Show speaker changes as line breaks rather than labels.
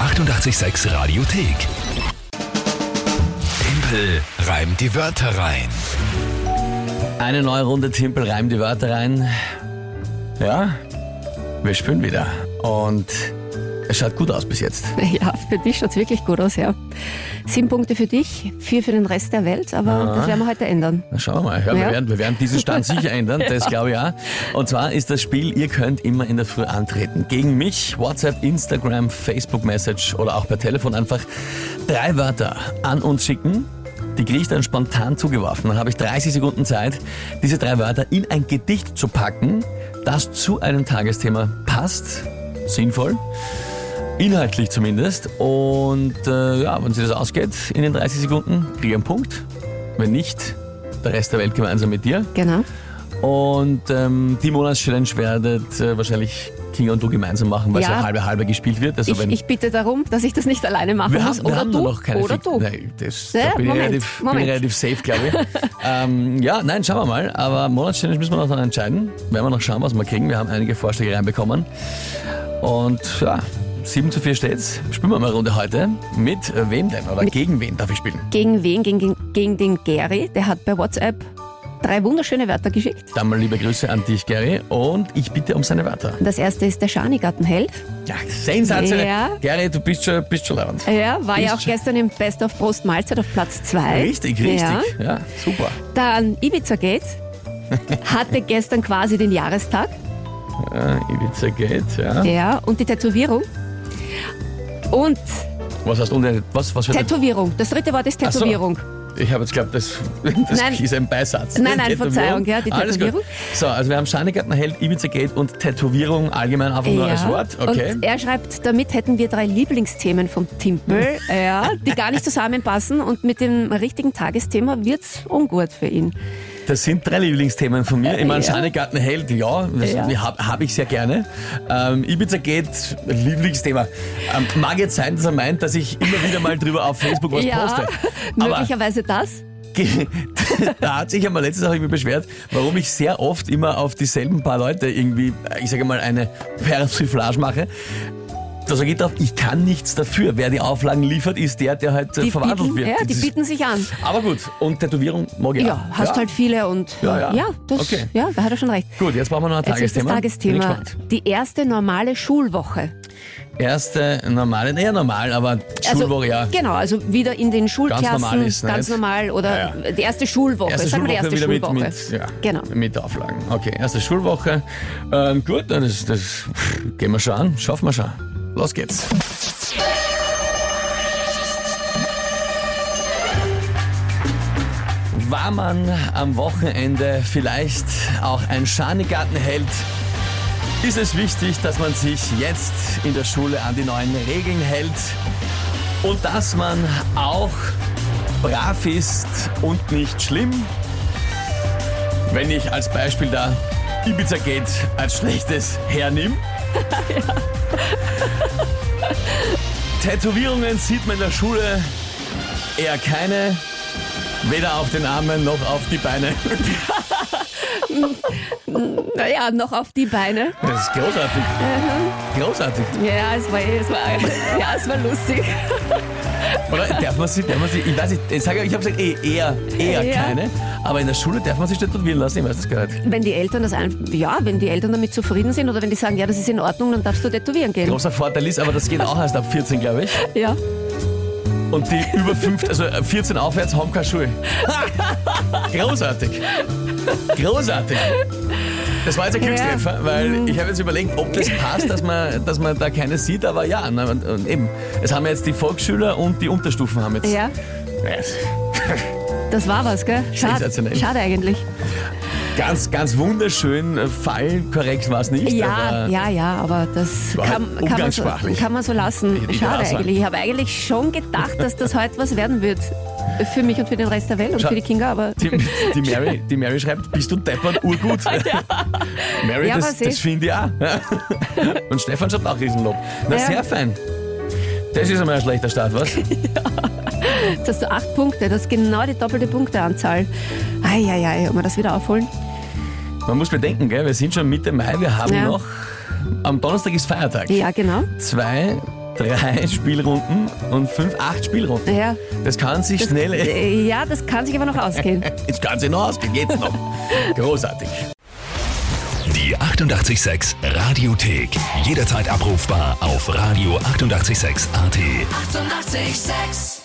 886 Radiothek. Tempel reimt die Wörter rein.
Eine neue Runde Timpel reimt die Wörter rein. Ja, wir spielen wieder. Und es schaut gut aus bis jetzt.
Ja, für dich schaut's wirklich gut aus, ja. Sieben Punkte für dich, vier für den Rest der Welt, aber
Aha.
das werden wir heute ändern.
Na, schauen wir mal. Ja, wir,
Ja.
werden, wir werden diesen Stand sicher ändern, das glaube ich auch. Und zwar ist das Spiel, ihr könnt immer in der Früh antreten. Gegen mich, WhatsApp, Instagram, Facebook-Message oder auch per Telefon einfach drei Wörter an uns schicken. Die kriege ich dann spontan zugeworfen. Dann habe ich 30 Sekunden Zeit, diese drei Wörter in ein Gedicht zu packen, das zu einem Tagesthema passt. Sinnvoll. Inhaltlich zumindest. Und äh, ja, wenn sie das ausgeht in den 30 Sekunden, kriege ich einen Punkt. Wenn nicht, der Rest der Welt gemeinsam mit dir.
Genau.
Und ähm, die Monatschallenge werdet äh, wahrscheinlich King und du gemeinsam machen, weil
Ja.
es ja halbe halbe gespielt wird. Also
Ich,
wenn
ich bitte darum, dass ich das nicht alleine machen
wir haben,
muss.
wir
oder
haben
du,
nur noch keine
oder
Fix-
du.
Nein, das,
Ja,
da bin ich,
Moment,
relativ, bin ich
Moment.
relativ safe, glaube ich. ähm, ja, nein, schauen wir mal. Aber Monatschallenge müssen wir noch dann entscheiden. Werden wir noch schauen, was wir kriegen. Wir haben einige Vorschläge reinbekommen. Und ja, 7 zu 4 steht's. Spielen wir mal eine Runde heute. Mit wem denn? Oder gegen wen darf ich spielen?
Gegen wen? Gegen, gegen, gegen den Gary, der hat bei WhatsApp drei wunderschöne Wörter geschickt.
Dann mal liebe Grüße an dich, Gary. Und ich bitte um seine Wörter.
Das erste ist der Schanigartenheld.
Ja, sensationell.
Ja.
Gary, du bist schon, bist schon laut.
Ja, war ja
Ist
auch
schon-
gestern im Best of Prost Mahlzeit auf Platz zwei.
Richtig, richtig.
Ja.
Ja, super.
Dann Ibiza Gate hatte gestern quasi den Jahrestag.
Äh, Ibiza geht, ja.
Ja, und die Tätowierung. Und
Was heißt unten? Was, was für eine
Tätowierung. Das dritte Wort ist
Ach so.
Tätowierung.
Ich habe jetzt geglaubt, das, das
Nein.
ist ein Beisatz.
Nein, nein,
Tätowierung.
Verzeihung, ja, die
Alles gut.
Tätowierung.
So, also wir haben Schanigartenheld, Ibiza geht und Tätowierung allgemein einfach nur als Wort. Okay.
Und er schreibt, damit hätten wir drei Lieblingsthemen vom
Hm.
Timpel, ja, die gar nicht zusammenpassen und mit dem richtigen Tagesthema wird's ungut für ihn.
Das sind drei Lieblingsthemen von mir. Ich meine,
Ja.
Schanigartenheld, ja, das
Ja.
habe hab ich sehr gerne. Ähm, Ibiza geht, Lieblingsthema. Ähm, mag jetzt sein, dass er meint, dass ich immer wieder mal drüber auf Facebook was
ja,
poste. Aber
möglicherweise das.
Ge- da hat sich einmal letztens auch irgendwie beschwert, warum ich sehr oft immer auf dieselben paar Leute irgendwie, äh, ich sage mal, eine Persiflage mache. Da sage ich drauf, ich kann nichts dafür. Wer die Auflagen liefert, ist der, der halt äh,
Die
verwandelt
bieten,
wird.
ja, die
Das ist-
bieten sich an.
aber gut, und Tätowierung mag ich
Ja,
auch.
hast halt viele und
Ja, ja.
das,
Okay.
ja da hat er schon recht.
Gut, jetzt brauchen wir noch ein
Jetzt ist das
Tagesthema. Bin
Tagesthema.
gespannt.
Die erste normale Schulwoche.
Erste normale, naja normal, aber Schulwoche, ja.
Genau, also wieder in den Schulklassen.
normal ist, ne?
ganz normal oder
Ja, ja.
die erste Schulwoche.
Erste
Sagen
Schulwoche
wir die erste
wieder
Schulwoche.
Mit, mit, ja,
Genau.
mit Auflagen. Okay, erste Schulwoche. Ähm, gut, dann ist das gehen wir schon an, schaffen wir schon. Los geht's. War man am Wochenende vielleicht auch ein Schanigartenheld? Ist es wichtig, dass man sich jetzt in der Schule an die neuen Regeln hält und dass man auch brav ist und nicht schlimm. Wenn ich als Beispiel da Ibiza geht als schlechtes hernimm. Tätowierungen sieht man in der Schule eher keine, weder auf den Armen noch auf die Beine.
Naja, noch auf die Beine.
Das ist großartig. Mhm. Großartig.
Ja, es war, es war, ja, es war lustig.
Oder darf man sich, darf man sich, ich weiß nicht, ich, sag, ich habe gesagt, eh, eher, eher
Ja.
keine, aber in der Schule darf man sich tätowieren lassen, ich weiß das gar nicht.
Wenn die Eltern das ein, ja, wenn die Eltern damit zufrieden sind oder wenn die sagen, ja, das ist in Ordnung, dann darfst du tätowieren gehen.
Großer Vorteil ist, aber das geht auch erst ab 14, glaube ich.
Ja.
Und die über 5, also 14 aufwärts haben keine Schule. Ha! Großartig. Großartig. Das war jetzt ein Glückstreffer,
Mhm.
weil ich habe jetzt überlegt, ob das passt, dass man, dass man da keine sieht, aber ja, na, und, und eben. Es haben jetzt die Volksschüler und die Unterstufen haben jetzt.
Ja,
Yes.
das war was, gell? Schade,
Sensationell.
schade eigentlich.
Ganz, ganz wunderschön, äh, fallkorrekt war es nicht.
Ja,
aber
ja, ja, aber das
äh, War halt
kann, kann, man, so,
umgangssprachlich.
kann man so lassen.
Ich- ich
Schade
darf sagen.
eigentlich. Ich habe eigentlich schon gedacht, dass das heute was werden wird. Für mich und für den Rest der Welt und
Scha-
für die Kinder, aber
Die, die, Mary, die Mary schreibt, bist du deppert, urgut. Mary,
Ja,
das,
aber sie-
das finde ich auch. Und Stefan schreibt auch Riesenlob. Na,
Ja.
sehr fein. Das ist einmal ein schlechter Start, was?
jetzt hast du acht Punkte. Das ist genau die doppelte Punkteanzahl. Eieiei, ob wir das wieder aufholen?
Man muss bedenken, gell? wir sind schon Mitte Mai, wir haben
Ja.
noch... Am Donnerstag ist Feiertag.
Ja, genau.
Zwei Drei Spielrunden und fünf, acht Spielrunden.
Ja.
Das kann sich schnell.
Äh, Ja, das kann sich aber noch ausgehen.
Jetzt kann sie noch ausgehen, jetzt noch. Großartig.
Die 886 Radiothek. Jederzeit abrufbar auf radio886.at. 886!
886